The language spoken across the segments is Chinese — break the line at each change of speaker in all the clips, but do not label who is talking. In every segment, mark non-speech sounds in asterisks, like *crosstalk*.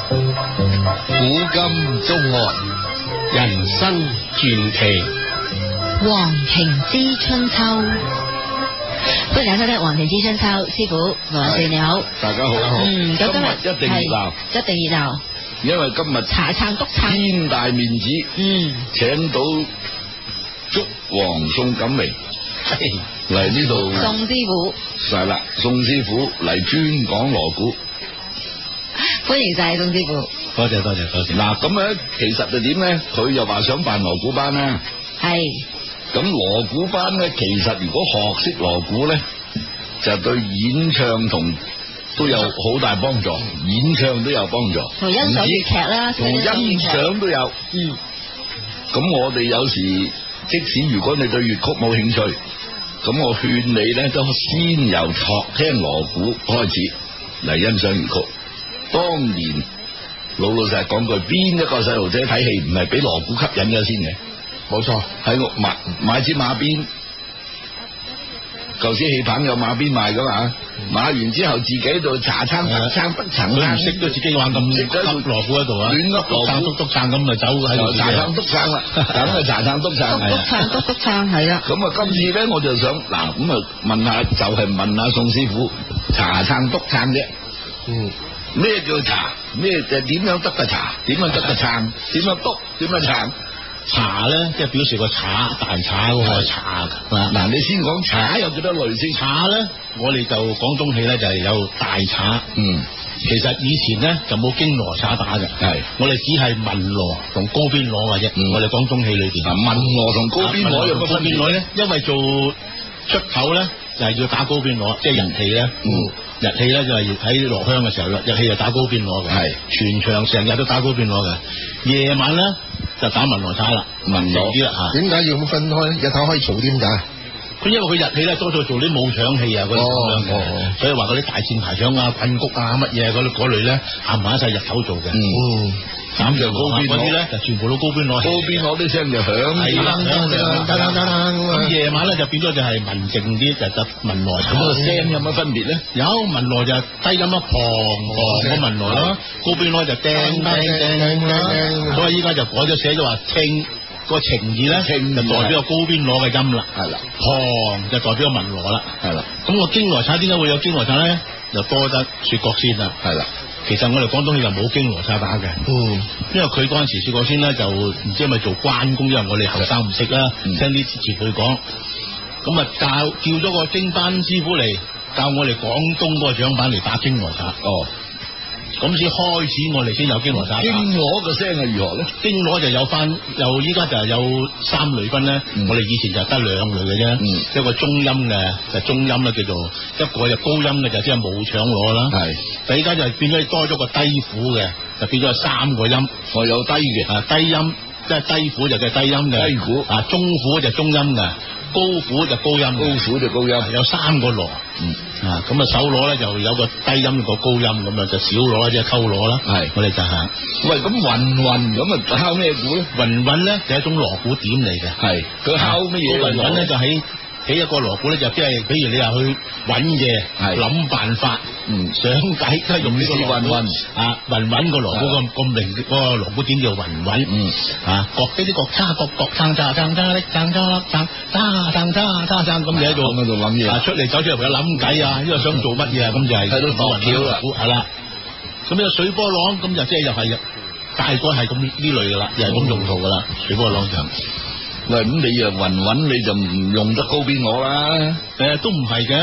古今中外，人生传奇。
黄庭之春秋，歡迎大家收聽《黃庭之春秋》，師傅羅四你好，
大家好，
嗯，咁
今日一定熱鬧，
係一定熱鬧，
因为今日
茶撐督撐，
天大面子，
嗯，
请到祝王宋锦明嚟呢度，
宋師傅，
係啦，宋師傅嚟專講锣鼓。
歡迎晒宋師傅，
多謝多謝多謝。
嗱，咁咧其實就點咧？佢又話想辦锣鼓班啊啦。
係
咁锣鼓班咧，其實如果學識锣鼓咧，就對演唱同都有好大幫助，演唱都有幫助，
同欣賞粵劇啦，
同欣賞都有。
嗯，
咁我哋有時即使如果你對粵曲冇興趣，咁我勸你咧都先由學聽锣鼓開始嚟欣賞粵曲。當年老老實實講句，邊一個細路仔睇戲唔係俾锣鼓吸引咗先嘅？冇錯，喺我買買支馬鞭。舊時戲棚有馬鞭賣噶嘛，馬完之後自己喺度茶撐不撐不撐
嗯啊佢
啦
唔，識都自己玩咁
識得
揼羅鼓喺度啊，
亂噏
篤撐篤篤撐咁咪走喺
就
度啊
茶撐篤撐
*laughs*
啦，咁啊茶撐篤撐
督督撐督督撐係啦，
咁啊，今次咧我就想嗱，咁啊問下，就係、問下宋師傅茶撐督撐啫。
嗯，
咩叫茶？咩就點樣得個茶？點樣得個撐？點樣督？點樣撐？
茶咧即係表示個茶蛋茶嗰個茶嗱
嗱，你先講茶有幾多類先？
茶咧，我哋就廣東戲咧就係有大茶。
嗯，
其實以前咧就冇經羅茶打嘅，
係
我哋只係文羅同高邊羅嘅啫。
嗯
我哋廣東戲裏邊
嗱，問我同高邊攞有個
高
分
邊
別。
攞咧，因為做出口咧就係要打高邊攞，即係人氣咧。
嗯
日氣咧就係喺落鄉嘅時候，日氣就打高邊攞嘅，
係
全場成日都打高邊攞嘅。夜晚咧就打文羅茶啦，
文
靜
羅
啲啦嚇。
點解要咁分開？日頭可以嘈啲點解？
佢因為佢日氣咧，多數做啲武搶戲啊嗰啲咁樣
哦哦
嘅，所以話嗰啲大戰排場啊、棍谷啊、乜嘢嗰類嗰類咧，冚唪唥晒日頭做嘅。
嗯，
嗯，
咁就
高邊攞
嗰啲咧，就全部都高邊攞
高
起嘅。
邊攞啲聲就響。
係啦
噔噔噔噔噔咁啊！
咁夜晚咧就變咗就係文靜啲，就得文羅
咁個
茶。
聲有乜分別咧？
有文羅就低音一旁旁個文羅啦，高邊攞就叮叮叮啦，所以依家就改咗寫咗話聽個情意咧，
聽
就代表個高邊攞嘅音啦，
係啦，
旁就代表個文羅啦。
係啦，
咁個經羅茶點解會有經羅茶咧？就多得雪國仙啦。
係啦，
其實我哋廣東戲就冇經羅茶打嘅，
嗯，
因為佢嗰陣時雪國仙咧就唔知係咪做關公，因為我哋後生唔識啦，
嗯
聽啲前輩講，咁啊教叫咗個經班師傅嚟教我哋廣東嗰個掌板嚟打經羅茶，
哦，
咁先開始我哋先有經羅茶打。
邊攞個聲係如何咧？
經羅就有翻，有依家就有三類分咧。
嗯
我哋以前就得兩類嘅啫，
嗯
一個中音嘅就中音啦，叫做一個就高音嘅就即係冇搶攞啦。
係，
但依家就變咗多咗個低苦嘅，就變咗有三個音。
我有低嘅，
啊，低音即係低苦就叫低音嘅，
低苦
啊中苦就中音嘅，高苦就高音
高
嘅，
苦就高
啊
音。
有三個羅。
嗯，
啊，咁啊手攞咧就有個低音個高音咁樣，就小攞即係溝攞啦。
係
我哋就係
喂，咁雲雲咁啊，敲咩鼓咧？
雲韻咧就係一種鑼鼓點嚟嘅。
係，佢敲乜嘢
個
嘅
雲
鑼
韻咧就喺起一個鑼鼓咧，就即係比如你話去揾嘢，
係
諗辦法，
嗯
想計都係用呢個
試
鑼
運
鼓
運
啊，雲韻個鑼鼓個個名個鑼鼓點叫雲韻。
嗯
啊，各呢啲各叉各各撐叉撐叉力撐叉粒撐叉撐叉叉撐咁你喺度
咁喺度諗嘢
啊出嚟走出嚟又諗計啊，因為想做乜嘢啊，咁就係
喺度度橋啊啦
係啦。咁呢個水波浪咁就即係又係大概係咁呢類噶啦，又係咁用途噶啦，水波浪就。
喂，咁你啊云云你就唔用得高邊我啦，
诶，都唔係嘅，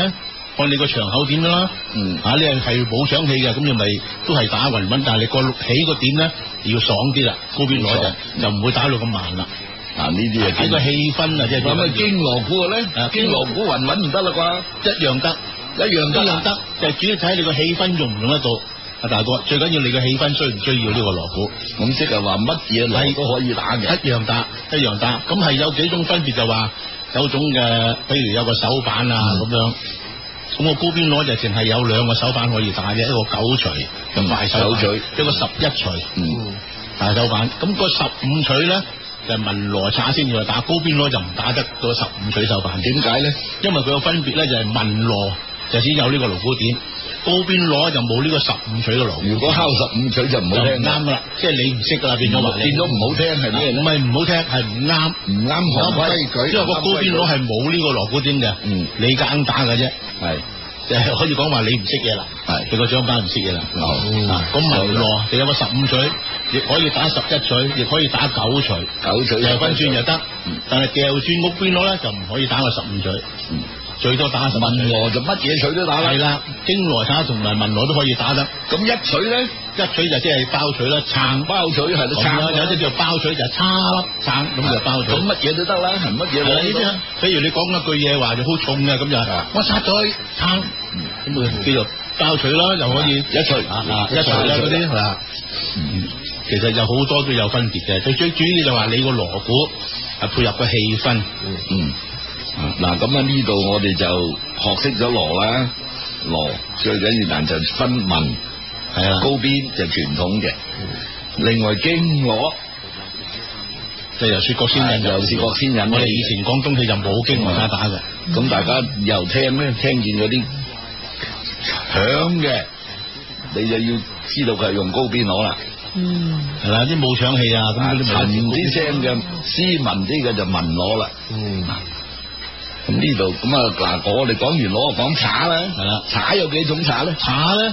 按你個場口點啦。
嗯
啊，你係係冇搶氣嘅，咁你咪都係打雲雲，但係你個起個點咧要爽啲啦，高邊攞
冇
就就唔會打到咁慢啦。
啊呢啲啊
睇個氣氛啊，即係
咁啊
點樣
經锣鼓嘅咧
啊，
經锣鼓云云唔得啦啩，
一樣得，
一樣得
一
啦
樣，得，就係主要睇你個氣氛用唔用得到。啊，大哥，最緊要你個氣氛需唔需要呢個鑼鼓？
咁即係話乜嘢锣都可以打嘅，
一樣打，一樣打。咁係有幾種分別就話有種嘅，譬如有個手板啊
嗯
咁、樣。咁我高邊攞就淨係有兩個手板可以打啫，一個九錘
嗯
嘅快手板，
手錘
一個十一錘
嗯，
大手板。咁、個十五錘咧就文羅叉先至打，高邊攞就唔打得個十五錘手板。
點解咧？
因為佢個分別咧就係文羅就先有呢個鑼鼓點，高邊攞就冇呢個十五歲嘅羅
如果敲十五取就唔
就
好聽
唔
啦，
啱噶啦，即係你唔識噶啦，變
變
咗話你
咗唔好聽係咩
唔
咧？
係唔好聽，係唔啱。
唔啱行規
因
矩，
為個高邊佬係冇呢個羅古丁嘅，
嗯
你硬打嘅啫，
係
就係可以講話你唔識嘢啦，
係
你個掌板唔識嘢啦。
哦
啊咁咪羅，你有個十五錘，亦可以打十一錘，亦可以打九錘，
九取
掉分轉就得
嗯。
但係掉轉屋邊佬咧就唔可以打個十五錘，
嗯
最多打十五
文
錘。
羅就乜嘢取都打
係
啦，
啦，經羅打同埋文羅都可以打得，
咁一取咧
一錘就即係包錘啦，撐。
包取係
咁
都
樣
撐
有啲叫包取就係叉粒撐，咁
À,
就包取。
啊咁乜嘢都得啦，係乜嘢
係
攞
啦，呢
都啊
啲
得
啊，譬如你講一句嘢話就好重啊嘅，咁就係我殺咗佢撐，咁佢叫做包取啦，又可以
一錘
啊啊一錘啦嗰啲係啦。
嗯
其實有好多都有分別嘅，最最主要就話你個锣鼓係配合個氣氛，
嗯，嗱咁啊呢度我哋就學識咗羅啦，羅最緊要但就分文。
係啊，
高邊就傳統嘅，另外經我
就由雪國先引入，
啊由薛覺先引入
我哋以前廣東戲就冇經羅打打嘅，
咁大家又聽咧，聽見嗰啲響嘅，你就要知道佢係用高邊攞啦。
嗯，
係啦，啲冇搶戲啊，咁嗰啲咪
沉啲聲嘅，斯文啲嘅就文攞啦。
嗯，
咁呢度咁啊嗱，我哋講完攞，講茶啦。
係啦。
茶有幾種茶咧？
茶咧，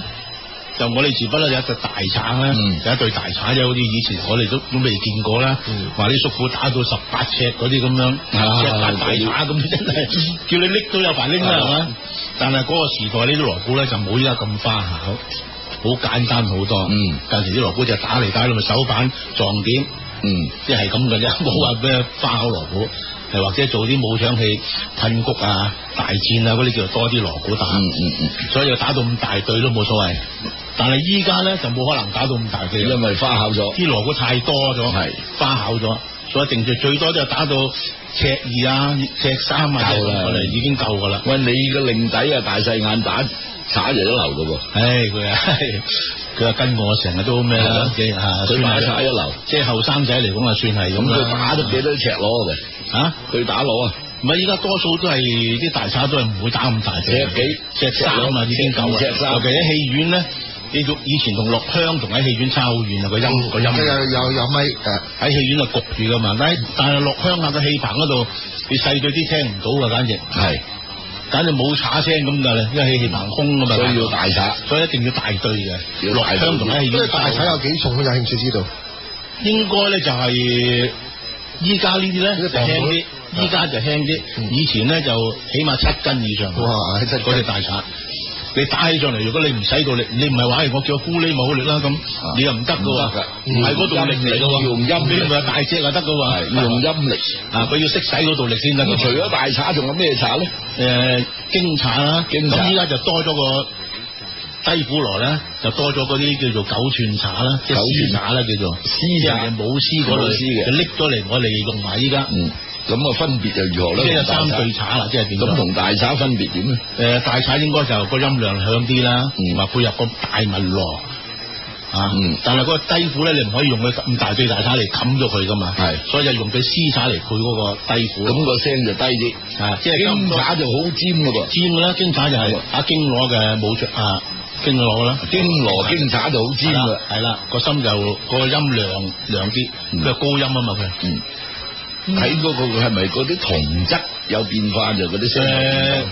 就我哋自不啦有一對大橙咧，
嗯
有一對大橙啫，好似以前我哋都都未見過啦
嗯。
話啲叔父打到十八尺嗰啲咁樣，
啊
即係大大橙咁，真係叫你拎都有排拎啦，
啊
係嘛？但係嗰個時代呢啲羅鼓咧就冇依家咁花巧，好簡單好多。
嗯，
近時啲羅鼓就打嚟打去咪手板撞點。
嗯，
即係咁
*laughs*
嘅啫，冇話咩花口鑼鼓，係或者做啲武搶戲、噴谷啊、大戰啊嗰啲叫做多啲鑼鼓打。
嗯嗯嗯，
所以打到咁大隊都冇所謂。但係依家咧就冇可能打到咁大隊，
因為花巧咗。
啲鑼鼓太多咗，
係
花巧咗，所以定住最多就打到尺二啊、尺三啊，
夠啦
我哋已經夠噶啦。
喂，你個令底啊，大細眼打茶就一流嘅喎。
唉，佢啊， *laughs* 佢話跟我成日都咩啦，即係啊
佢買
算
茶
係
一流，
即係後生仔嚟講啊，算係
咁
咁
佢
啦。
打得幾多尺攞嘅？
啊？
佢打攞啊！
唔係，依家多數都係啲大沙都係唔會打咁大隻，
尺幾
隻三啊已經夠啦。
尺三
尤其喺戲院咧，你做以前同落鄉同喺戲院差好遠啊，個音個音
即係有有咪誒，
喺戲院啊焗住噶嘛。但係但係落鄉下嘅戲棚嗰度，你細對啲聽唔到噶，啊簡直
係，
簡直冇叉聲咁㗎啦，因為戲棚空㗎嘛。
所以要大打。
所以一定要大隊嘅
要
落
大隊
鄉同喺戲
即
院
係大
差
體
好
有幾重？我有興趣知道。
應該咧就係依家呢啲咧就
呢啲磅
輕
數
啲，依家就輕啲，
嗯
以前咧就起碼七斤以上。
哇，真
嗰隻大賊，你打起上嚟，如果你唔使到力，你唔係話唉我叫我孤呢冇力啦咁，你又唔得噶
啊唔得
喎
㗎，
唔係嗰度力嚟噶喎，
用陰力
你咪有大隻就得噶
係
喎，
用陰力。
啊，佢要識使嗰度力先得㗎。
咁除咗大茶，仲有咩茶咧？
誒經產啦，
經查
咁依家就多咗個低鼓羅咧，就多咗嗰啲叫做九寸茶啦，即係
九寸
絲茶啦叫做
絲茶
人哋冇絲嗰
冇
類
絲嘅
就拎咗嚟我哋用埋依家，
嗯，咁啊分別又如何
即係
咧？
有三
大
對
茶
茶啦，即係點
咁
講
同大茶分別點咧？
誒、呃大踩應該就個音量響啲啦，
嗯
同埋配合個大文羅啊。
嗯
但係嗰個低鼓咧，你唔可以用佢咁大對大踩嚟冚咗佢噶嘛。
係
所以就用對絲踩嚟配嗰個低鼓。
咁個聲就低啲。
啊，即係
京
金
茶就好尖噶噃，
尖啦，京踩就係阿經羅嘅武術啊，經羅啦。
京羅京茶就好尖啊
係啦
噶。，
係啦，個心就個音量亮啲，
嗯
佢係高音啊嘛佢。
嗯，睇嗰個係咪嗰啲銅質有變化就嗰啲聲有變化？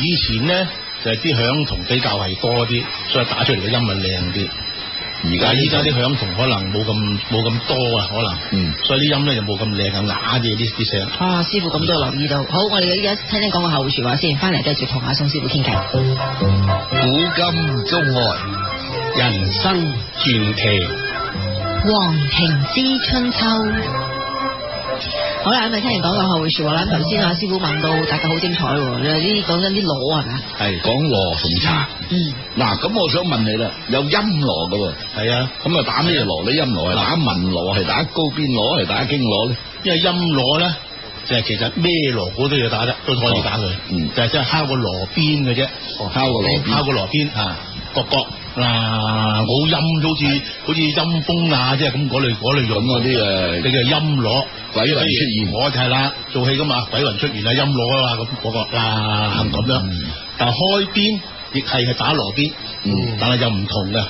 以前咧就係啲響同比較係多啲，所以打出嚟嘅音咪靚啲。
而
而家
家
依家啲響筒可能冇咁冇咁多啊，可能，
嗯
所以啲音咧就冇咁靚啊，啞啲啲啲聲。
啊，師傅咁都留意到。好，我哋而家聽聽講個後說話先，翻嚟繼續同阿宋師傅傾偈。
古今中外，
人生傳奇，
黄庭之春秋。好啦，咁咪聽人講個後说話啦。咁頭先阿師傅問到大家好精彩喎，你話呢啲講緊啲螺係咪啊？
係講羅同茶。
嗯，
嗱，咁我想問你啦，有陰羅噶喎，
係啊，
咁啊打咩羅咧？陰羅係打文羅，係打高邊羅，係打經羅咧？
因為音鑼咧，就係其實咩鑼鼓都要打得，都可以打佢，
嗯哦
就係即係敲個鑼邊嘅啫，
敲個鑼邊
敲個鑼邊啊，個角嗱冇音，好似好似陰風啊，即係咁嗰類嗰
咁
類用。
嗰啲誒
你叫音鑼，
鬼魂出現
我就係啦，做戲噶嘛，鬼魂出現啊，音鑼啊嘛，咁嗰個啦咁樣
嗯。
但係開邊亦係係打羅邊，
嗯
但係又唔同嘅。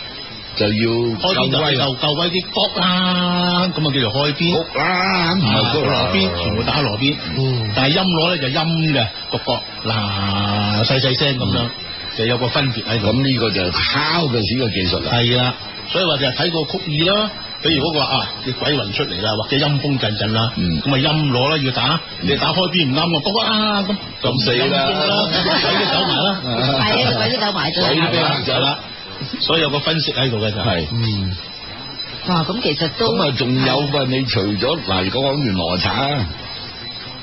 就要
開邊
夠
就係
威
夠夠威啲谷啦，咁啊叫做開邊。
谷啦，唔
啊
係谷
羅
羅
邊全部打羅邊，
嗯
但係音攞咧就音嘅獨角嗱細細聲咁樣，就有個分別喺度。
咁呢個就係敲嘅時嘅技術啦。
係啦，所以話就係睇個曲意啦。比如嗰個啊，啲鬼魂出嚟啦，或者陰風陣陣啦，
嗯
咁啊陰攞啦要打，
嗯
你打開邊唔啱我谷啊咁，
咁死啦
陰風鬼都走埋啦，
*laughs*
係啊，鬼都走埋
鬼都俾
咗。
人
走啦，所以有個分析喺度嘅就係
係。
嗯，
哇，咁其實都
咁啊，仲有啊，你除咗嗱講完羅茶，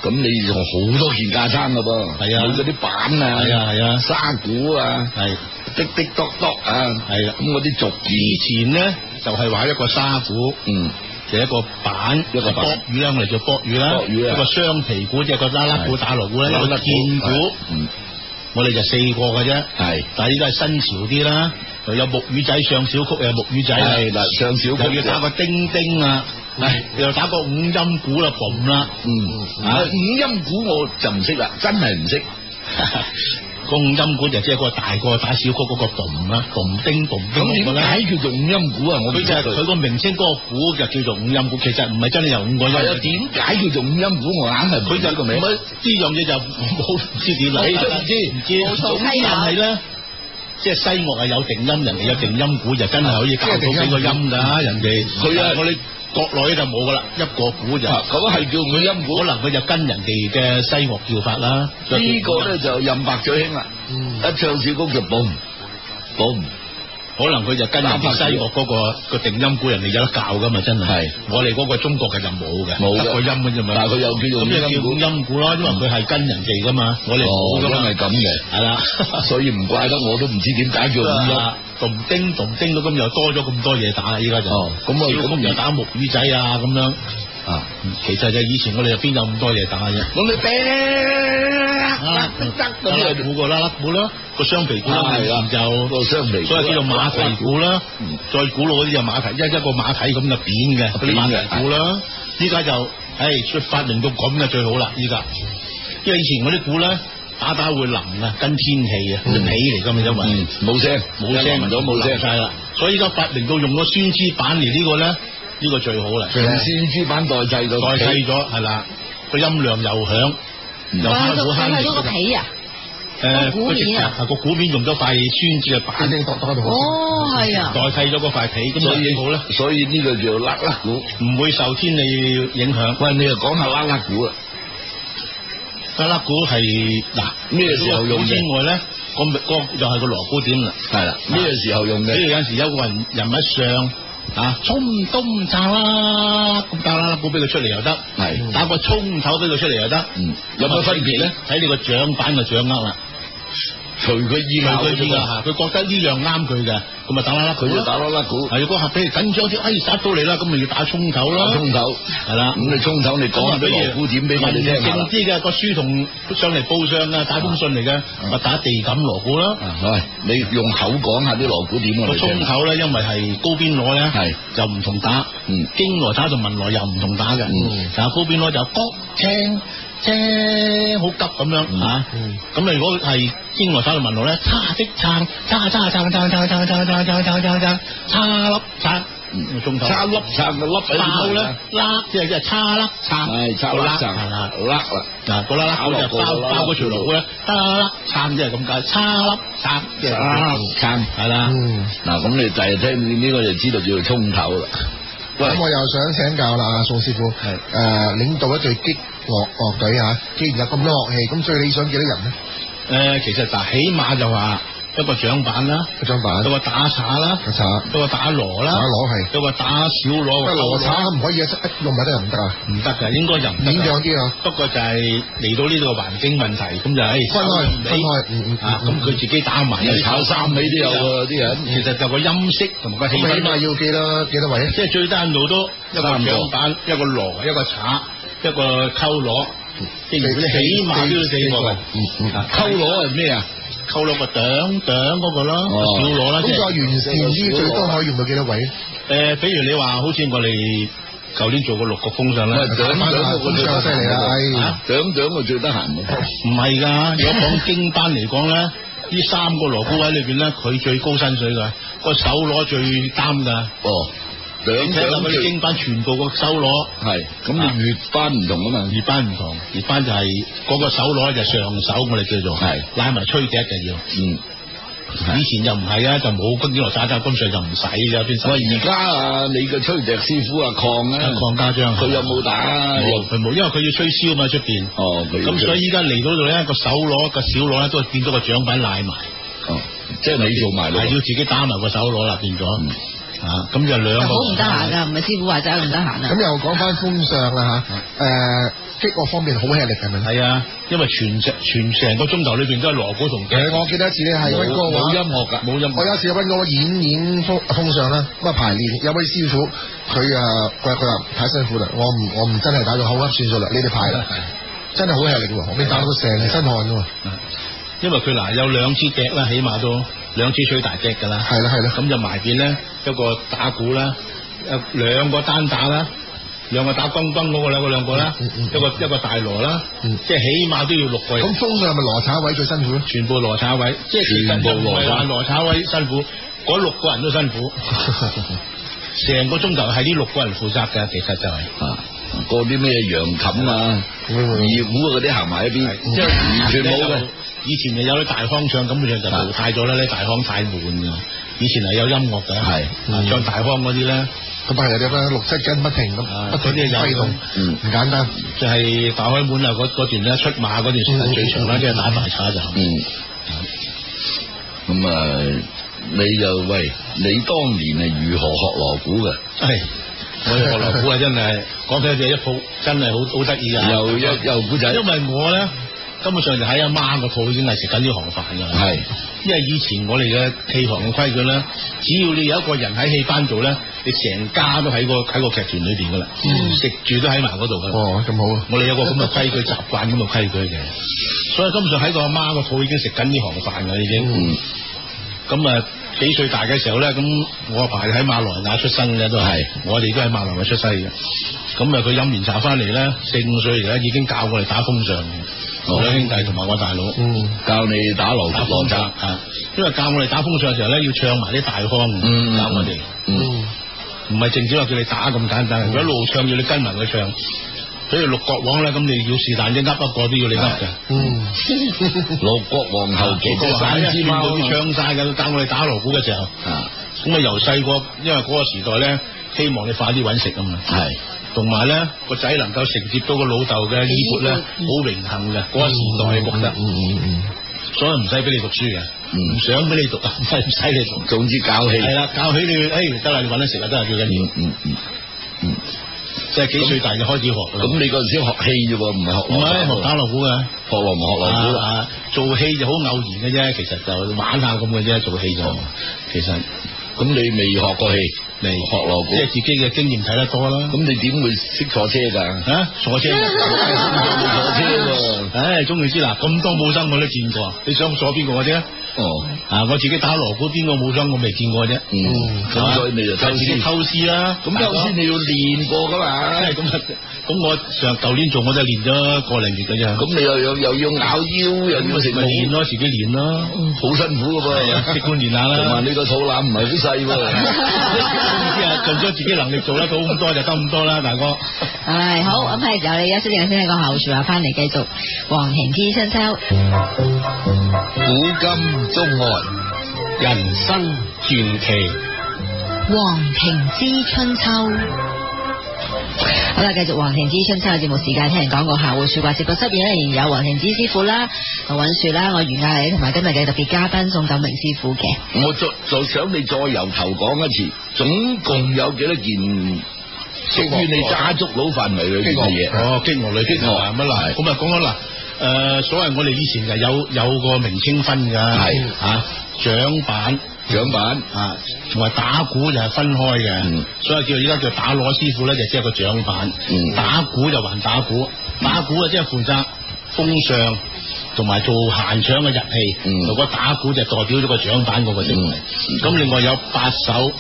咁你仲好多件架撐噶噃，
係啊
有嗰啲板啊，
係啊係啊
沙鼓啊，
係。
滴滴笃笃啊，
係啦
咁嗰啲俗
以
件，
前咧就係話一個沙鼓
嗯，
就一個板，
一個板
博魚啦，我哋叫博魚啦，
博魚啊
一個雙皮鼓即係個啦啦鼓
係
打鑼鼓啦，一
見
個箭鼓，
嗯，
我哋就四個嘅啫。
係
但係依家係新潮啲啦，又有木魚仔上小曲，又有木魚仔
係
啦，
嗱，上小
又
曲
要打個叮叮啦，唉，又打個五音鼓啦，嘣啦，
Ừ. 嗯，啊五音鼓我就唔識啦，真係唔識，
個五音鼓就即係個大個打小曲嗰個嘣啦，嘣叮嘣叮
咁
嗰個
點
啦。
解叫做五音鼓啊？我唔
佢
知
就係佢個名稱嗰個鼓就叫做五音鼓，其實唔係真係由五個音。
係啊，點解叫做五音鼓？我硬係唔
佢
知
就
個名
唔。係呢樣嘢就冇唔知點嚟，
你
*laughs*
都唔知
唔知。
冇數
總之
稽考
係咧，即係西樂係有定音，人哋有定音鼓就真係可以教到幾個音 *laughs* 㗎，人哋
佢啊
我哋國內就冇㗎啦，一個鼓就
啊咁係叫五音鼓
可。能佢就跟人哋嘅西樂叫法啦。
呢個咧就任白嘴興啦，
嗯
一唱小曲就 boom boom，
可能佢就跟人哋西樂嗰個個定音鼓，人哋有得教㗎嘛，真係
係。
我哋嗰個中國嘅就冇嘅，
冇嘅
得個音㗎啫嘛。
但係佢又叫做
咁就
五音
叫
鼓
五音鼓啦，因為佢係跟人哋㗎嘛，我哋
哦，
冇㗎
因
嘛
為。咁嘅，
係啦。
所以唔怪得我都唔知點 *laughs* 解叫五音。
啊，同叮同叮到咁又多咗咁多嘢打啦，依家就
哦咁我哋
小
咁
公又打木魚仔啊咁樣，
啊，
其實就以前我哋就邊有咁多嘢打嘅啫。
咁你
啊
得得
啦啦
咁
鼓個啦啦鼓啦，個雙皮鼓啦，
啊係啦
以前就
就個雙皮鼓
所以叫做馬蹄鼓啦
啊嗯。
再古老嗰啲就馬蹄，一一個馬蹄咁嘅扁嘅嗰啲馬
扁嘅
蹄鼓啦。依家就，唉，出發明到咁嘅最好啦，依家，因為以前嗰啲鼓咧打打會淋啊，跟天氣啊，皮
嗯
嚟㗎嘛，因為
嗯。冇聲，
冇聲
咗冇
淋
聲。
晒啦。所以而家發明到用咗酸枝板嚟呢個咧，呢個最好啦，
用先知版代替
代
咗，
替咗係啦，個音量又響，
嗯
又慳到
佢係
慳
嗰個
力。
皮啊，
誒，
個鼓面啊
嗰隻個鼓面用咗塊酸枝嘅
叮
板
叮噹噹喺度。
哦
*laughs*
係啊，
代替咗嗰塊皮，咁
嗯所
就
以
幾好啦，
所以呢個叫甩甩鼓。
唔會受天氣影響。
喂，你又講下甩甩鼓啊？
拉拉鼓係嗱
咩時候用嘅
除咗鼓之外咧，個個又係個鑼鼓點啦。
係啦，呢個時候用
所以
嘅。
有陣時有個人人物上啊，衝東炸啦，咁打啦啦鼓俾佢出嚟又得，
係
打個衝頭俾佢出嚟又得，啊
嗯，有乜分別咧？？
睇你個掌板嘅掌握啦，
隨佢意
佢
拗
佢
嘅啫
知㗎
嘛，
嚇，佢覺得呢樣啱佢嘅，咁咪啊打啦啦佢
佢就
咯。
打甩甩鼓，
係如果客俾你緊張啲，哎殺到你啦，咁咪要打衝頭啦，
衝頭。
係啦。
咁你衝頭你講下啲羅鼓點俾我哋聽下啦
正。啲嘅個書同上嚟報上啊，打封信嚟嘅，咪打地感鑼鼓啦。
啊喂，你用口講下啲羅鼓點我
個
哋
衝
聽。
口咧，因為係高邊攞咧，
係
就唔同打。
嗯
經羅打同文羅又唔同打嘅。
嗯
但係高邊攞就谷青青好急咁樣
嗯
嚇
嗯。
咁你如果係經羅打同文羅咧，叉即撐，叉叉撐撐撐撐撐撐撐撐撐撐，叉粒撐。
嗯
中頭
叉粒撐個粒喺
包
邊度
咧
啊，
拉即係即係叉粒撐，
係叉粒撐，
係啦。
甩啦。
嗱，個啦啦就
包
包
落個啦啦
包嗰條路咧，啦啦啦撐即係咁解，叉粒撐即係
叉粒撐
係啦。
嗯，
嗱，咁你就係聽呢個就知道叫做衝頭啦。喂，
咁我又想請教啦，阿宋師傅，
係
誒領導一隊擊樂樂隊嚇，既然有咁多樂器，咁最理想幾多人呢？
誒、其實嗱，起碼就話一個掌板啦，
個張板
一，個打叉啦，
個叉，
一個打鑼
打
啦，
攞係，
一個打小鑼，
不過羅叉唔可以一一用埋得又唔得啊，
唔得嘅，應該就唔
勉
得
強
㗎。
啲啊，
不過就係嚟到呢度嘅環境問題，咁就誒
分開分開嗯嗯嗯
啊，咁佢自己打埋
你炒三味都有喎啲人。
其實就個音色同埋個氣
咁起碼
氛，
要幾多幾多位啊？
即係最低限度都一個
三個
掌板，一個鑼，一個叉，一個溝螺，即係
四
起碼都要四個嘅。
嗯嗯
啊
溝螺係咩啊？
扣落個頂頂嗰個啦，
哦
小螺啦，即
咁
係
再完善啲，最多可以用到幾多位？
诶、比如你話好似我哋舊年做過六個風上
咪
咧，
掌掌嗰最得
咁犀利
閒
啦
嘅
哎
掌掌我最得閒嘅。
唔係㗎。如果講京班嚟講咧，呢三個羅古位裏边咧，佢最高薪水㗎，個手攞最擔㗎。
哦，兩
你睇
兩
下佢
最
英班全部個手攞，
係咁，你越班唔同啊嘛，
二班唔同，二班就係嗰個手攞就上手，我哋叫做
係
拉埋吹笛就要。
嗯。
以前就唔係啊，就冇軍落打打金上就唔使㗎，邊使
喂，而家啊，你嘅吹笛師傅啊，邝啊，
邝家章
佢有冇打啊？
冇佢冇，因為佢要吹箫嘛出边。
哦，佢
咁所以依家嚟到度咧，個手攞個小攞咧都係見到個獎品賴埋，
哦，即係你做埋咯
係，要自己打埋個手攞啦，變咗
嗯
啊，咁就兩個
好唔得閒噶，唔係師傅話齋唔得閒啊。
咁又講翻風尚啦吓，誒擊樂方面好吃力係咪？
啊係啊，因為全隻全成個鐘頭裏邊都係锣鼓同笛，
誒，我記得一次咧係温哥
冇
華
音。樂㗎，冇音
我有一
樂。
次喺温哥華演演風風尚啦，咁啊排練有位師傅，佢啊佢話佢話太辛苦啦，我唔我唔真係打到口噏算數啦，你哋排啦，真係好吃力喎，我俾打到成身汗㗎喎，
因為佢嗱有兩支笛啦，起碼都兩支吹大笛㗎啦。
係啦係啦，
咁就埋邊咧一個打鼓啦，一兩個單打啦，兩個打軍軍嗰個兩個兩個啦，
嗯嗯嗯
一個一個大羅啦，
嗯
即係起碼都要六個人。
咁風尚係咪羅炒位最辛
*laughs*
苦咧？
全部羅炒位，即係其實
全部
就唔
羅
係
炒
話羅炒位辛苦，嗰六個人都辛
*laughs*
苦，成個鐘頭係呢六個人負責嘅，其實就係、
啊，嗰啲咩洋琴啊、
會會會
二胡啊嗰啲行埋一邊，
即
即係完全冇嘅。。
以前就有啲大腔唱，咁佢就淘汰咗啦。啲大腔太悶㗎。以前係有音樂嘅，
係嗯
啊唱大腔嗰啲咧，
咁係有啲咩六七斤不停
啊
咁，不停
嗰啲
揮
有
動，
嗯
唔簡單。
就係大開門啊嗰嗰段咧，出馬嗰段時間最長啦，
嗯
即係打大叉就。
嗯，咁啊，你就喂，你當年係如何學锣鼓嘅？
係，我哋學羅鼓啊，真係講起就一鋪，真係好好得意啊！
又一又古仔，
因為我咧根本上就喺阿媽個肚已經係食緊呢行飯㗎啦。
係
因為以前我哋嘅戲行嘅規矩咧，只要你有一個人喺戲班度咧，你成家都喺個喺個劇團裏邊㗎啦，
嗯
食住都喺埋嗰度㗎啦。
哦，咁好啊！
我哋有個咁嘅規矩，習慣咁嘅規矩嘅，所以根本上喺個阿媽個肚已經食緊呢行飯㗎啦已經
嗯。
咁啊、幾歲大嘅時候咧，咁我阿爸喺馬來亞出生嘅都係
係，
我哋都喺馬來亞出世嘅。咁啊，佢飲完茶翻嚟咧，四五歲而家已經教我哋打風上，
哦
兩兄弟同埋我大佬。
嗯，
教你打锣
打
锣
風上
打，
啊！因為教我哋打風上嘅時候咧，要唱埋啲大腔
嗯，
教我哋，
嗯，
嗯，
唔係淨止話叫你打咁簡單，佢一路唱要你跟埋佢唱。所以六角王咧，咁你要是但一噏一個都要你噏嘅。
嗯，
六國皇后幾隻
散
散
支
之
貓
貓
都
啊
唱晒嘅，教我哋打锣鼓嘅時候，
啊，
咁啊由細個，因為嗰個時代咧，希望你快啲揾食啊嘛，
係
同埋咧個仔能夠承接到個老豆嘅衣缽咧，
嗯
好榮幸嘅。嗰個時代覺得，
嗯嗯嗯
所以唔使俾你讀書嘅，
嗯
唔想俾你讀 *laughs* 啊，唔使唔使你讀。
總之搞戲，
係啦，教起你，哎得啦，你揾得食啊，得啦，最緊
嗯
要，
嗯嗯嗯，
即係幾歲大就開始學啦。
咁你嗰陣時學戲啫喎，唔係學
唔係
锣
學打锣鼓嘅，
學锣唔學锣鼓啦，
啊做戲就好偶然嘅啫，其實就玩下咁嘅啫，做戲就其實。
咁你未學過戲，
嚟
學锣鼓
即係自己嘅經驗睇得多啦。
咁你點會識坐車㗎？
啊，傻車，
坐車
*laughs*
喎，
唉，總言之嗱，咁多武生我都見過，你想坐邊個嘅啫？
哦，
啊，我自己打锣鼓，邊個武生我未見過啫。
嗯，
係嘛
咁所以你就偷
自己
師，
偷師啦。
咁偷師你要練過㗎嘛
大，哥，咁啊，咁我上舊年做我都係練咗個零月嘅啫。
咁你又又又要咬腰，又要成
啊咪練
好
咯，自己練咯，
好辛苦㗎
係啊
噃，
即管練下
同埋
*laughs* 啦。
你個肚腩唔係好細喎。
總之啊，盡咗自己能力做得到咁多就得咁多啦，大哥。
唉，好，咁係時候你休息陣先，聽個後說話翻嚟繼續黃庭之春秋。
*laughs* 古今中外，
人生傳奇。
黄庭之春秋。好啦，繼續黃庭之春秋嘅節目時間，聽人講過下會説話，直播室入邊仍然有黃庭之師傅啦、阿尹雪啦、我袁亞麗同埋今日嘅特別嘉賓宋錦明師傅嘅。
我就就想你再由頭講一次，總共有幾多件屬於你揸足佬範圍裏邊嘅嘢？
哦，激昂類激昂啊乜啦，
係
咁啊講咗啦，誒、所謂我哋以前就有有個名稱分㗎，
係
啊獎板
獎板
啊，同埋打鼓就係分開嘅，
嗯
所以叫依家叫打鑼師傅咧就即係個獎板，
嗯
打鼓就還打鼓，打鼓啊即係負責風尚同埋做閒搶嘅入戲，
嗯
如果打鼓就代表咗個獎板嗰個職位，
嗯
咁、另外有八手、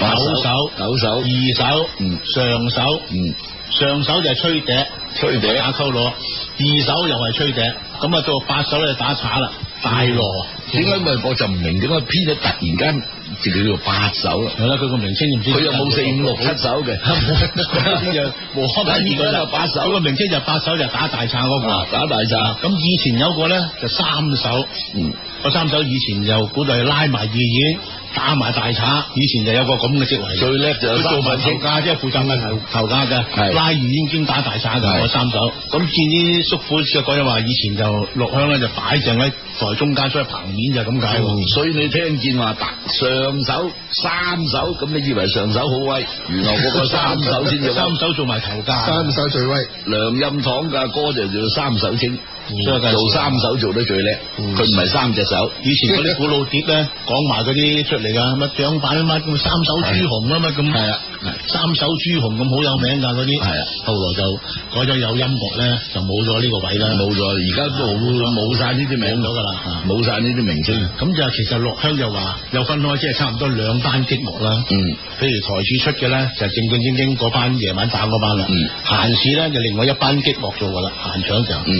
八手
九手、
九手
二手、
嗯
上手。
嗯，
上手就係吹笛，
吹笛
打溝螺；二手又係吹笛，咁啊到八手咧就打叉啦。大羅
點解咪我就唔明點解編咗突然間自己叫八首 *laughs* 啦？
係啦，佢個名稱唔知
佢又冇四五六七首嘅，突然間有
又無可避免
八首
佢個名稱就八首就係打大撐嗰
啊
個。
打大炸，
咁以前有個咧就三首，
嗯，
個三首以前就古代拉埋二演，打埋大賊，以前就有個咁嘅職位。
最叻就有
佢做
三
埋
份
頭
清。
家，即係負責嘅頭頭家
係
嘅，拉二煙兼打大沙嘅
係
嗰三手。咁見啲叔父著講就話，以前就落香咧就擺正喺台中間，所以棚面就咁解喎。
嗯所以你聽見話打上手三手，咁你以為上手好威，原來嗰個三手先至 *laughs* 威。
三手做埋頭家，
三手最威，
梁蔭堂嘅歌就叫三手清，
嗯所以佢係
做三手做得最叻，
嗯
佢唔係三隻手。
以前嗰啲古老碟咧，講埋嗰啲出嚟㗎，乜掌板乜咁三手朱紅啊乜咁， *laughs* 係啊，三手朱紅咁好有名㗎嗰啲，
係啊，
後來就改咗有音樂咧，就冇咗呢個位啦，
冇咗，哦而家都冇冇晒呢啲名
冇咗㗎啦
冇晒呢啲名稱。
嗯咁就其實落香就話有分開，即係差唔多兩班擊樂啦。
嗯，
譬如台柱出嘅咧，就正正經經嗰班夜晚打嗰班啦。
嗯
閒市咧就另外一班擊落做噶啦，閒場就
嗯，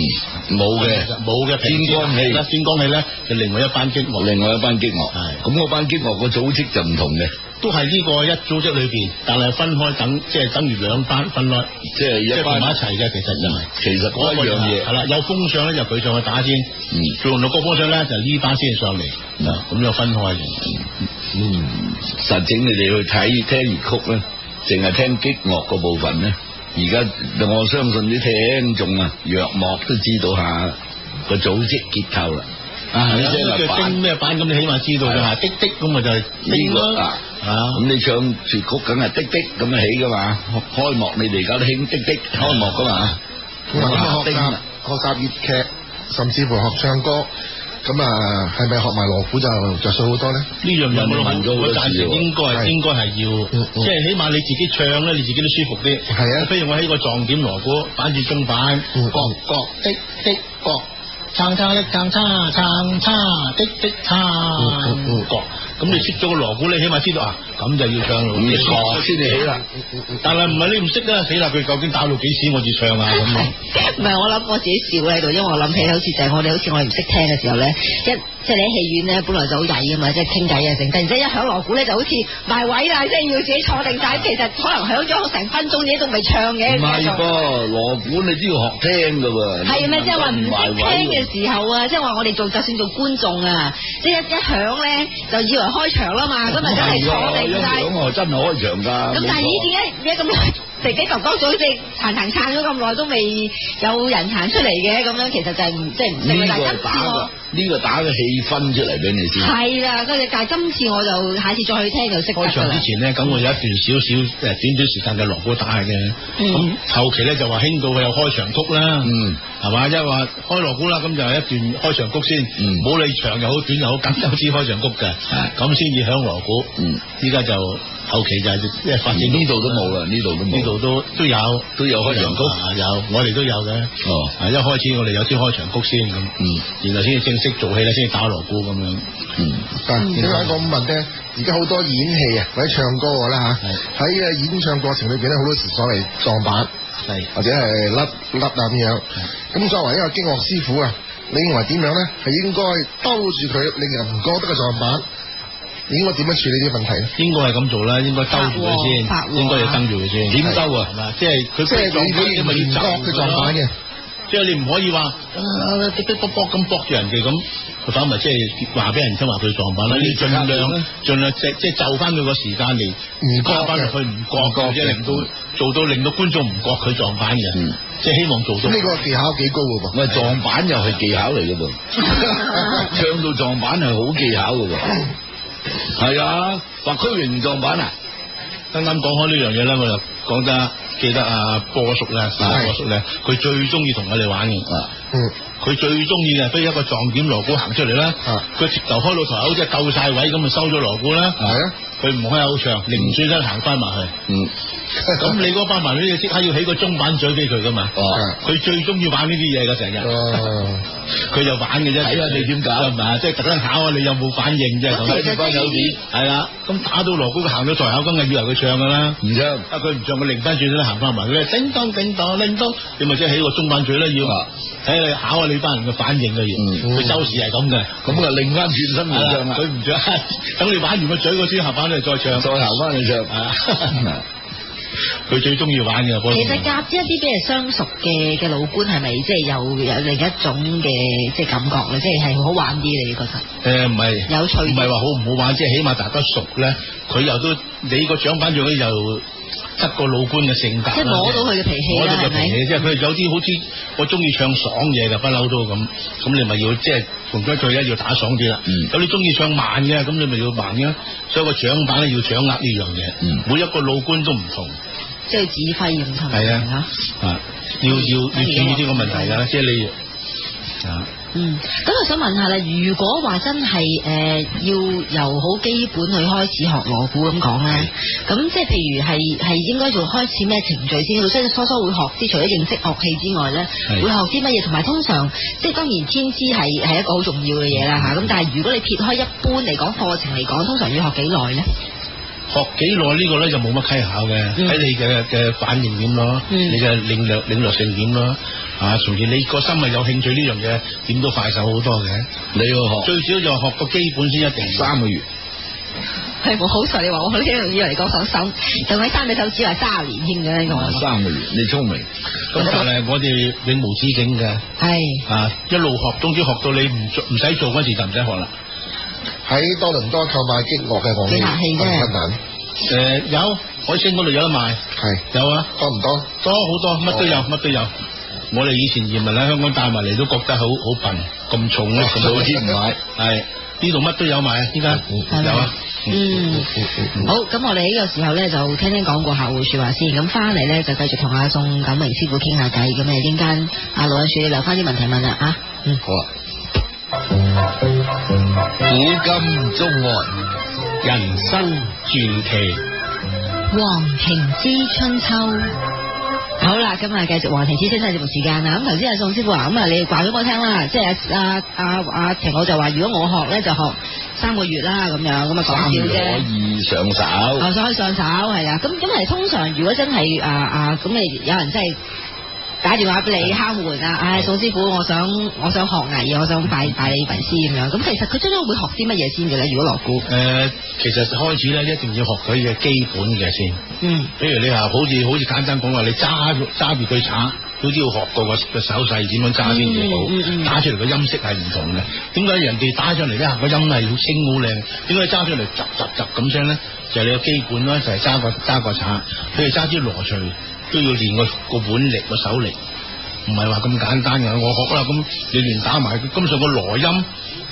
冇嘅，
冇嘅。
天光
氣
氣嗯
啦，天光氣咧就另外一班擊落，
另外一班擊樂，
係
咁嗰班擊樂個組織就唔同嘅，
都係呢個一組織裏邊，但係分開等，即係等於兩班分開，
即係
即係
一
同
班
埋一齊嘅。其實就係
其實嗰一樣
係
嘢，
啦，有風上咧就佢上去打先，
嗯
做完到個風上咧就呢班先上嚟，
嗯
嗱咁就分開嘅。
Ừ. 嗯，實整你哋去睇聽粵曲咧，淨係聽擊樂嗰部分咧，而家我相信啲聽眾啊，若莫都知道下個組織結構啦。啊
係
你
啊
即係
叫
板
叮咩版咁，你起碼知道
係
㗎
啊
嘛？滴滴咁咪就係
呢
叮
個
啦
啊，
啊！
咁你唱粵曲梗係滴滴咁樣起噶嘛？開幕你哋而家都興滴滴開幕噶嘛？
咁啊學
叮
習
啦
學習粵劇，甚至乎學唱歌，咁啊係咪學埋鑼鼓就着數好多咧？
呢樣嘢我
問咗好多
我贊
次
成
喎
應該係
係
應該係要，
嗯嗯
即係起碼你自己唱咧，你自己都舒服啲。
係啊
譬如我喺個撞點鑼鼓，反住中板，
嗯嗯
各各滴滴各，撐撐一撐撐撐撐滴滴
嗯
撐
嗯嗯
各。咁你識咗個鑼鼓，你起碼知道啊，咁就要唱咯。
咁你錯先至起啦。
但係唔係你唔識啊？死啦！佢究竟打到幾時我至唱啊？咁啊！
*laughs* 唔係，我諗我自己笑喺度，因為我諗起好似就係我哋好似我哋唔識聽嘅時候咧，一即係你喺戲院咧，本來就好曳噶嘛，即係傾偈啊成，突然之間一響鑼鼓咧，就好似埋位啦，即係要自己坐定晒，其實可能響咗成分鐘，你都仲未
唔
唱嘅。
係
繼續
噃，鑼鼓你都要學聽噶喎。
係啊咪即係話唔
埋
識
位
聽
喎
嘅時候啊？即係話我哋做就算做觀眾啊，即係一一響咧就以為開場啦嘛，咁咪真係坐定晒。
咁我真係開場
啊
㗎。
咁但係咦？點解點解咁耐？肥肥哥哥組織彈彈撐咗咁耐都未有人彈出嚟嘅，咁樣其實就係唔即係唔識
呢
啦。
個係
但係今
打
次
嘅
我，嗯
呢個打嘅氣氛出嚟俾你知。
係啦，跟住但係今次我就下次再去聽就識
開
得㗎
場
啦
之。前咧，咁我有一段少少誒短短時間嘅鑼鼓打嘅，
嗯
咁、後期咧就話興到佢有開場曲啦，
嗯，
係嘛、即係話開鑼鼓啦，咁就有一段開場曲先，
嗯
冇、理長又好短又好，梗有支開場曲嘅
係，
咁先至響鑼鼓。
嗯，
依家就後期就係即係發展
呢度都冇啦，呢度都冇。
呢度都都有
都有開場曲
啊有我哋都有嘅。
哦
啊，一開始我哋有先開場曲先咁，
嗯
然後先至正式做戲咧，先至打鑼鼓咁樣。
嗯，
但
嗯
點解我咁問咧？而家好多演戲啊，或者唱歌嘅啦嚇，喺嘅演唱過程裏邊咧，好多時所謂撞板
係
或者係甩甩啊咁樣。咁作為一個擊樂師傅啊，你認為點樣咧？係應該兜住佢，令人唔覺得嘅撞板，應該點樣處理呢啲問題咧？
應該係咁做啦，應該兜住佢
拍喎拍喎
先，應該要兜住佢先。
點兜啊
係嘛？即係佢
即係你你唔覺佢撞板嘅，
即係你唔可以話啊滴滴卜卜咁搏住人哋咁，佢反咪即係話俾人聽話佢撞板啦。
咁
你
你
盡
點
量
咧
盡量即即係就翻佢個時間嚟，
唔覺
加翻
嘅
入去唔覺嘅，
唔覺
即
嘅
係令到做到令到觀眾唔覺佢撞板嘅
嗯，
即係希望做到。
呢個技巧幾高嘅
*laughs*
噃。
喂，撞板又係技巧嚟嘅噃，唱到撞板係好技巧嘅噃。係啊，白區榮撞板啊，
啱啱講開呢樣嘢咧，我就講得記得啊波叔咧，
係
波叔咧，佢最中意同我哋玩嘅。
啊
嗯，
佢最中意嘅，譬如一個撞點鑼鼓行出嚟啦
啊，
佢直頭開到台口，即係夠晒位咁，咪收咗鑼鼓啦。
係啊，
佢唔開口唱，擰轉身行翻埋去。
*laughs* 嗯，
咁你嗰班埋你即刻要起個中板嘴俾佢噶嘛？
哦，
佢最中意玩呢啲嘢噶，成日
哦，
佢就玩嘅啫。
睇下你點搞
係嘛？即係特登考下你有冇反應啫。
咁其實
咁
即係呢
係啦，咁打到鑼鼓佢行到台口，梗係以為佢唱噶啦。
唔唱。
啊！佢唔唱，佢擰翻轉身行翻埋，佢話叮當叮當叮當，你咪即係起個中板嘴啦，要
啊
睇你考下你班人嘅反應嘅嘢，
嗯
佢收視係咁嘅。
咁啊，另啱轉身嚟唱啦
佢，唔唱，等你玩完個嘴嗰先合翻你再唱。
再行翻去唱。嗯
啊佢最中意玩嘅。
其實夾一啲俾人相熟嘅嘅老官係咪即係有有另一種嘅即係感覺咧？即係係好玩啲你覺得
誒唔係。
有趣
唔
啲？
係話好唔好玩，即係起碼大家熟咧，佢又都你個獎品咗佢又執個老官嘅性格啦，
即係摸到佢嘅脾氣
摸到
啦，
佢
係
脾
咪？
氣，即係佢有啲好似我中意唱爽嘢嘅，不嬲都咁，咁你咪要即係同佢對咧要打爽啲啦。
嗯
有啲中意唱慢嘅，咁你咪要慢嘅，所以個獎品咧要掌握呢樣嘢，
嗯
每一個老官都唔同。
即係指揮咁同
係啊
埋啊。
啊，要要要注意呢個問題㗎，即係你啊，
嗯，咁我想問下啦，如果話真係誒、呃要由好基本去開始學锣鼓咁講咧，咁即係譬如係係應該做開始咩程序先？所以初初會學之，除咗認識樂器之外咧，
係
會學啲乜嘢？同埋通常即係當然天資係係一個好重要嘅嘢啦嚇。咁但係如果你撇開一般嚟講課程嚟講，通常要學幾耐咧？
學幾耐呢個咧就冇乜稽考嘅，睇、
嗯
你嘅嘅反應點咯，
嗯
你嘅領略領略性點咯，啊，從而你個心係有興趣呢樣嘢，點都快手好多嘅。
你要學
最少就學個基本先一定要。
三個月，
係我好彩你話我呢樣嘢嚟講講手，就喺三隻手指話卅年添嘅呢
嗯
個，
三個月，你聰明。
咁
啊
但係我哋永無止境嘅，
係。
啊，一路學，總之學到你唔做唔使做嗰時就唔使學啦。
喺多倫多購買擊樂嘅樂器
幾客氣啫
困難，
誒、有海星嗰度有得賣，
係
有啊。
多唔多？
多好多，乜都有，
哦
乜都有。我哋以前移民喺香港帶埋嚟，都覺得好好笨，咁重
*laughs*
咧，咁
早知唔買。嗯
係呢度乜都有賣，依家
係咪
有啊。
嗯，好，咁我哋呢個時候咧就聽聽廣告客户说話先，咁翻嚟咧就繼續同阿宋錦明師傅傾下偈，咁啊陣間阿老人樹你留翻啲問題問啦啊，嗯，
好啊。古今中外，
人生傳奇，
黃庭之春秋。好啦，咁啊，繼續黃庭之春秋節目時間啦。咁頭先阿宋師傅話，咁啊，你話俾我聽啦，即係阿阿阿阿晴，我就話如果我學咧就學三個月啦，咁樣咁啊講
三
笑
月
啫。
可以上手。
哦
我想去哦上手係啦，咁咁係通常如果真係啊
嗯
啊咁你有人真係打電話俾你敲門啊，
嗯
唉、宋師傅，我想我想學藝，我想拜拜你為師咁樣，咁其實佢真係會學啲乜嘢先嘅咧？如果落鼓，
誒、
嗯
其實開始咧一定要學佢嘅基本嘅先。
嗯
比如你話好似好似簡單講話，你揸住揸住佢鏟，都要學過個個手勢點樣揸先至好，
嗯嗯嗯
打出嚟個音色係唔同嘅。點解人哋打上嚟咧個音係好清好靚？點解揸出嚟雜雜雜咁聲咧？就係、你個基本啦，就係揸個揸個鏟，譬如揸支羅錘都要練個個腕力個手力。唔係話咁簡單嘅，我學啦，咁你連打埋，咁上個羅音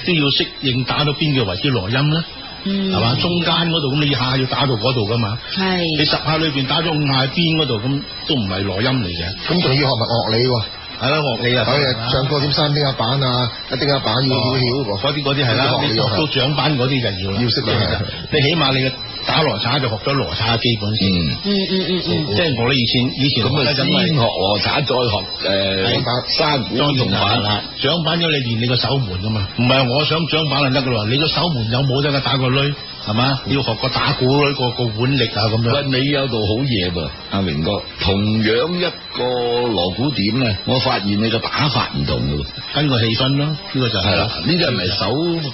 都要適應打到邊嘅為之羅音啦，
嗯，
係嘛、中間嗰度咁你下下要打到嗰度噶嘛，你
係
十下裏边打咗五下邊嗰度，咁都唔係內音嚟嘅，
咁仲要學埋樂理喎，
係啦，樂理啊，
有嘢唱歌點三邊一板啊，一丁一板要要曉喎。
嗰啲嗰啲係啦，
嗰啲學
你讀
理啊
到獎班嗰啲就要啦，
要識啦
你起碼你嘅打羅叉就學咗羅叉嘅基本先，
嗯，
嗯嗯嗯嗯
即係我哋以前以前
咁啊
咧
先
因為
學羅查，再學诶
係
沙鼓同板
啦，獎板啊咗你練你個手門噶嘛，唔係我想獎板就得噶啦，你個手門有冇得嘅打個擂係嘛？要學個打鼓擂個個腕力啊咁樣。
喂，你有度好嘢噃，阿明哥。同樣一個锣鼓點咧，我發現你個打法唔同嘅喎。
跟個氣氛咯，呢、個就係、
係啦，呢個係咪手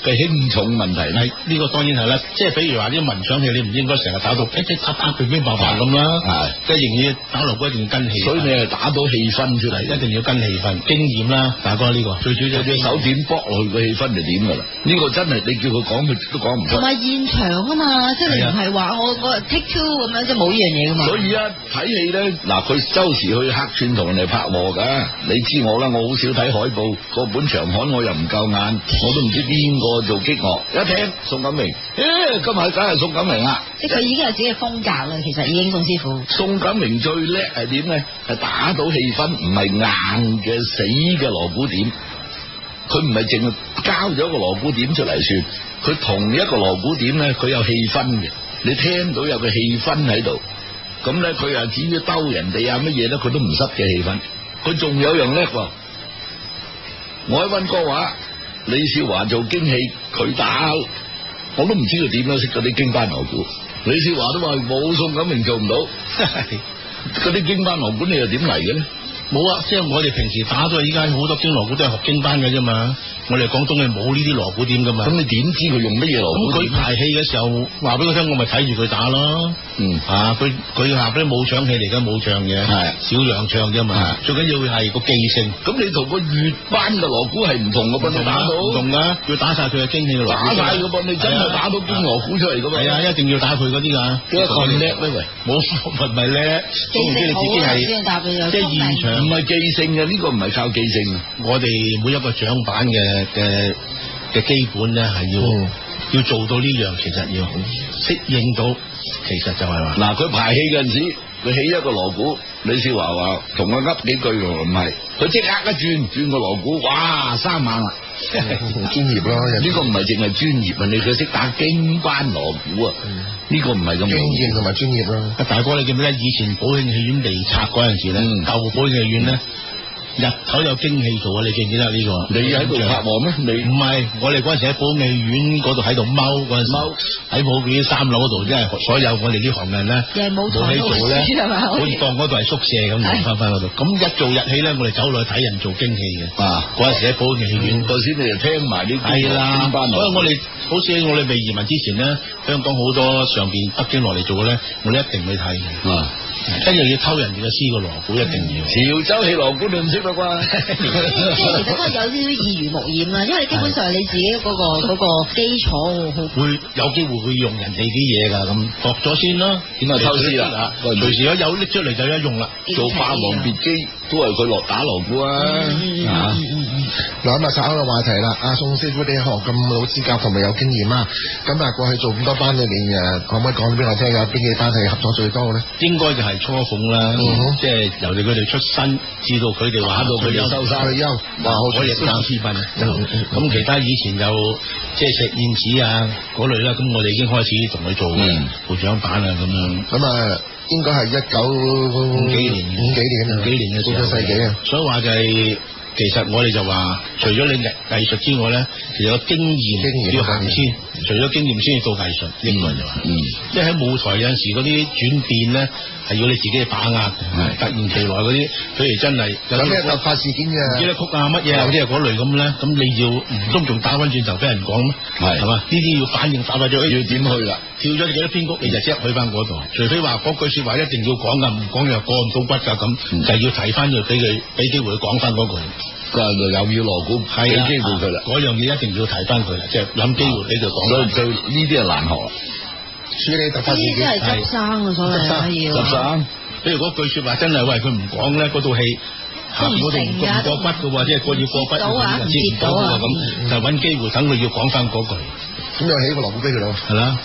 嘅輕重問題咧？
係呢個當然係啦，即係比如話啲文唱戲，你唔應該成日打到噼噼啪啪、乒乒乓乓咁啦
係，
即係仍然打锣鼓一定要跟氣氛，
所以你係打到氣氛出嚟，
一定要跟氣氛經驗啦，大哥呢、個最主要
你隻手點搏落去個氣氛就點㗎啦。呢個真係你叫佢講，佢都講唔出
同。埋現場啊嘛，即係你
係
唔
啊
係話我我 take two 咁樣，即係冇呢樣嘢噶嘛。
所以啊，睇戲咧，嗱，佢周時去客串同人哋拍和噶，你知我啦，我好少睇海報，個本長刊我又唔夠眼，我都唔知邊個做激樂，一聽宋錦明，咦、今日梗係宋錦明啦。
即係佢已經有自己嘅風格啦，其實已經宋師傅。
宋錦明最叻係點咧？係打到氣氛，唔係硬嘅死嘅锣鼓點。佢唔係淨係交咗一個锣鼓點出嚟算，佢同一個锣鼓點咧，佢有氣氛嘅，你聽到有個氣氛喺度。咁咧，佢又至於兜人哋啊乜嘢咧，佢都唔失嘅氣氛。佢仲有樣叻喎，我喺温哥華，李少華做京戲，佢打，我都唔知佢點樣識嗰啲京班锣鼓。李少 *laughs* 華都話冇宋錦明做唔到。嗰啲經班郎管你又點嚟嘅咧？
冇啊，即係我哋平時打咗，依家好多經鑼鼓都係學經班嘅啫嘛。我哋廣東嘅冇呢啲鑼鼓點噶嘛。
咁你點知佢用乜嘢
咁
鑼
佢
鼓？啊
排戲嘅時候，話俾佢聽，我咪睇住佢打咯。
嗯，
啊！佢佢下邊冇唱戲嚟嘅，冇唱嘅，
係
少量唱啫嘛。最緊要係個記性，
咁你同個粵班嘅鑼鼓係唔同嘅噃，你打到
唔同噶，要打晒佢嘅精氣嘅
打
鑼
晒嘅噃，你真係打到邊鑼鼓出嚟噶嘛？
係啊，一定要打佢嗰啲啊噶。
點解咁叻咧？喂，
冇唔係唔係叻，
記
知你
性好
自己
啊，
係
先答你有
即係現場
唔係記性嘅，呢、個唔係靠記性啊。
我哋每一個獎板嘅嘅嘅基本咧，係要、
嗯
要做到呢樣，其實要適應到，其實就係話
嗱，佢排戲嗰陣時，佢起一個鑼鼓，李少華話同我噏幾句，我話唔係，佢即刻一轉轉個鑼鼓，哇，三
*laughs*
萬啦！
嗯專業咯，人
呢個唔係淨係專業啊，你佢識打經班鑼鼓啊，呢、個唔係咁容
專業
易。
同埋專業咯。
啊大哥，你記唔記得以前寶慶戲院未拆嗰陣時咧，
嗯
舊寶慶戲院咧日頭有京戲做啊，你記唔記得呢、個？
你喺度拍和咩？你
唔係，我哋嗰陣時喺寶美院嗰度喺度踎嗰陣
踎
時，喺寶美院三樓嗰度，即係所有我哋呢行人咧，
又係舞台
冇戲
老
做
師 *laughs* 係
咧，
嘛
好似當嗰度係宿舍咁，
係
翻翻嗰度。咁一做日戲咧，我哋走落去睇人做京戲嘅。
啊，
嗰陣時喺寶美院，
頭先你就聽埋呢啲
係啦
經，班
所以
鑼
我
鼓。
哋好似我哋未移民之前咧，香港好多上邊北京落嚟做嘅咧，我哋一定去睇嘅。
啊，
跟住要偷人哋嘅詩個鑼鼓，一定要。
潮州戲鑼鼓你唔識啦啩？
*laughs*
即係其實都係有少少耳濡目染啦，因為基本上你自己嗰、個嗰、個基礎好
會有機會會用人哋啲嘢㗎，咁學咗先啦，
點啊偷師啦
隨時有有拎出嚟就有得用啦。
做霸王別姬都係佢落打鑼鼓啊
嗯嗯嗯！
啊
嗯，嗯嗯
嗱咁啊，岔開個話題啦。阿宋師傅，你學咁老資格同埋有經驗啊，咁啊過去做咁多班裏面誒，可唔可以講俾我聽有啊邊幾班係合作最多咧？
應該就係初鳳啦
嗯哼，
即係由佢哋出身，至到佢哋玩到佢哋收
退休，話好
我亦都有私分。
嗯嗯
咁其他以前有即係石燕子啊嗰類啦，咁我哋已經開始同佢做
嗯
部長版啊咁樣。
咁啊，應該係一九五
幾年
五幾年啊，
幾年嘅時
半
候
個世紀啊。，
所以話就係、其實我哋就話，除咗你藝藝術之外咧，其實個經
經
驗
驗
要行先，除咗經驗先至到藝術。英文就話，
嗯，
即係喺舞台有陣時嗰啲轉變咧，係要你自己去把握嘅。
係
突然其來嗰啲，譬如真係有
有咩
啲
突發事件
唔記
嘅？
得曲啊乜嘢啊嗰啲啊嗰類咁咧，咁你要唔通仲打翻轉頭俾人講咩？
係
係嘛？呢啲要反應快快咗，
要點去啦？
跳咗幾多篇曲，你就即刻去翻嗰度。除非話嗰句説話一定要講噶，唔講又過唔到骨噶咁，
嗯
就要提翻佢，俾佢俾機會佢講翻嗰句。
佢話又要锣鼓，俾
啊
機會佢啦。
嗰樣嘢一定要提翻佢啦，即係諗機會俾佢
所
講
以
返。
就呢啲係難學啦，
處理突
呢
發事
啲
件
真係執生啊，所謂
十
要。
三
譬如嗰句説話真係喂佢唔講咧，嗰套戲。下邊嗰度唔
都唔成㗎
過骨嘅喎，即係過要過
唔
骨，
接到啊
咁就接唔到啊
唔接
咁，就揾機會等佢要講翻嗰句，
咁又起個鑼鼓俾佢咯。
係啦。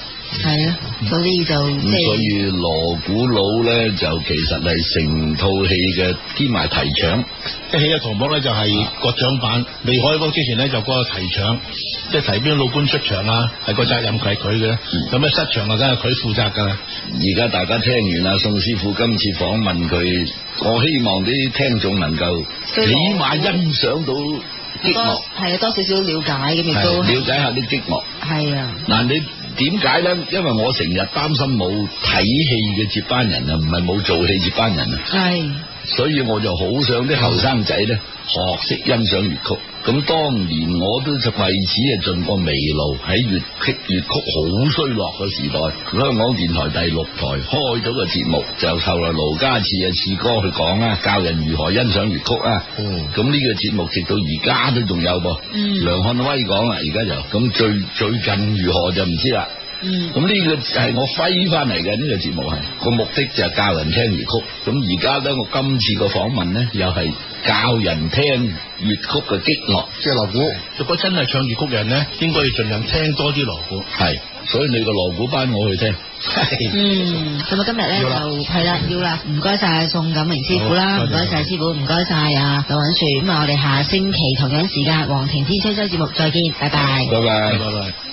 係啊，所以就
嗯
即
咁所
係
以锣鼓佬咧就其實係成套戲嘅兼埋提搶，
即係起嘅題目咧就係個獎板未開波之前咧就嗰個提場，即係提邊個老官出場啊，係個責任佢係佢嘅，咁咩失場啊梗係佢負責㗎啦。
而家大家聽完啊，宋師傅今次訪問佢，我希望啲聽眾能夠起
對
碼欣賞到擊
多
樂，
係啊，多少少了解咁
嗯
亦
係
都
了解下啲擊樂。
係啊。
嗱，你點解咧？因為我成日擔心冇睇戲嘅接班人啊，唔係冇做戲接班人啊，
係
所以我就好想啲後生仔咧學識欣賞粵曲。咁當年我都就為此啊盡過微路，喺粵劇粵曲好衰落嘅時代，香港電台第六台開咗個節目，就後來盧家次啊次哥去講啊，教人如何欣賞粵曲啊。
嗯，
咁呢個節目直到而家都仲有噃，
嗯
梁漢威講啦，而家就咁最最近如何就唔知啦。
嗯
咁呢個係我揮翻嚟嘅呢個節目係個目的就係教人聽粵曲。咁而家咧，我今次個訪問咧又係教人聽粵曲嘅擊樂，
即係鑼鼓。
如果真係唱粵曲人咧，應該要盡量聽多啲鑼鼓。
係，所以你個鑼鼓班我去聽，
嗯，咁啊今日咧就
要啦
係啦，要啦，唔該晒宋錦明師傅啦，
好
唔該晒師傅，唔該晒啊劉允樹，咁啊我哋下星期同樣時間，皇庭天吹吹節目再見，拜拜。
拜拜
拜拜。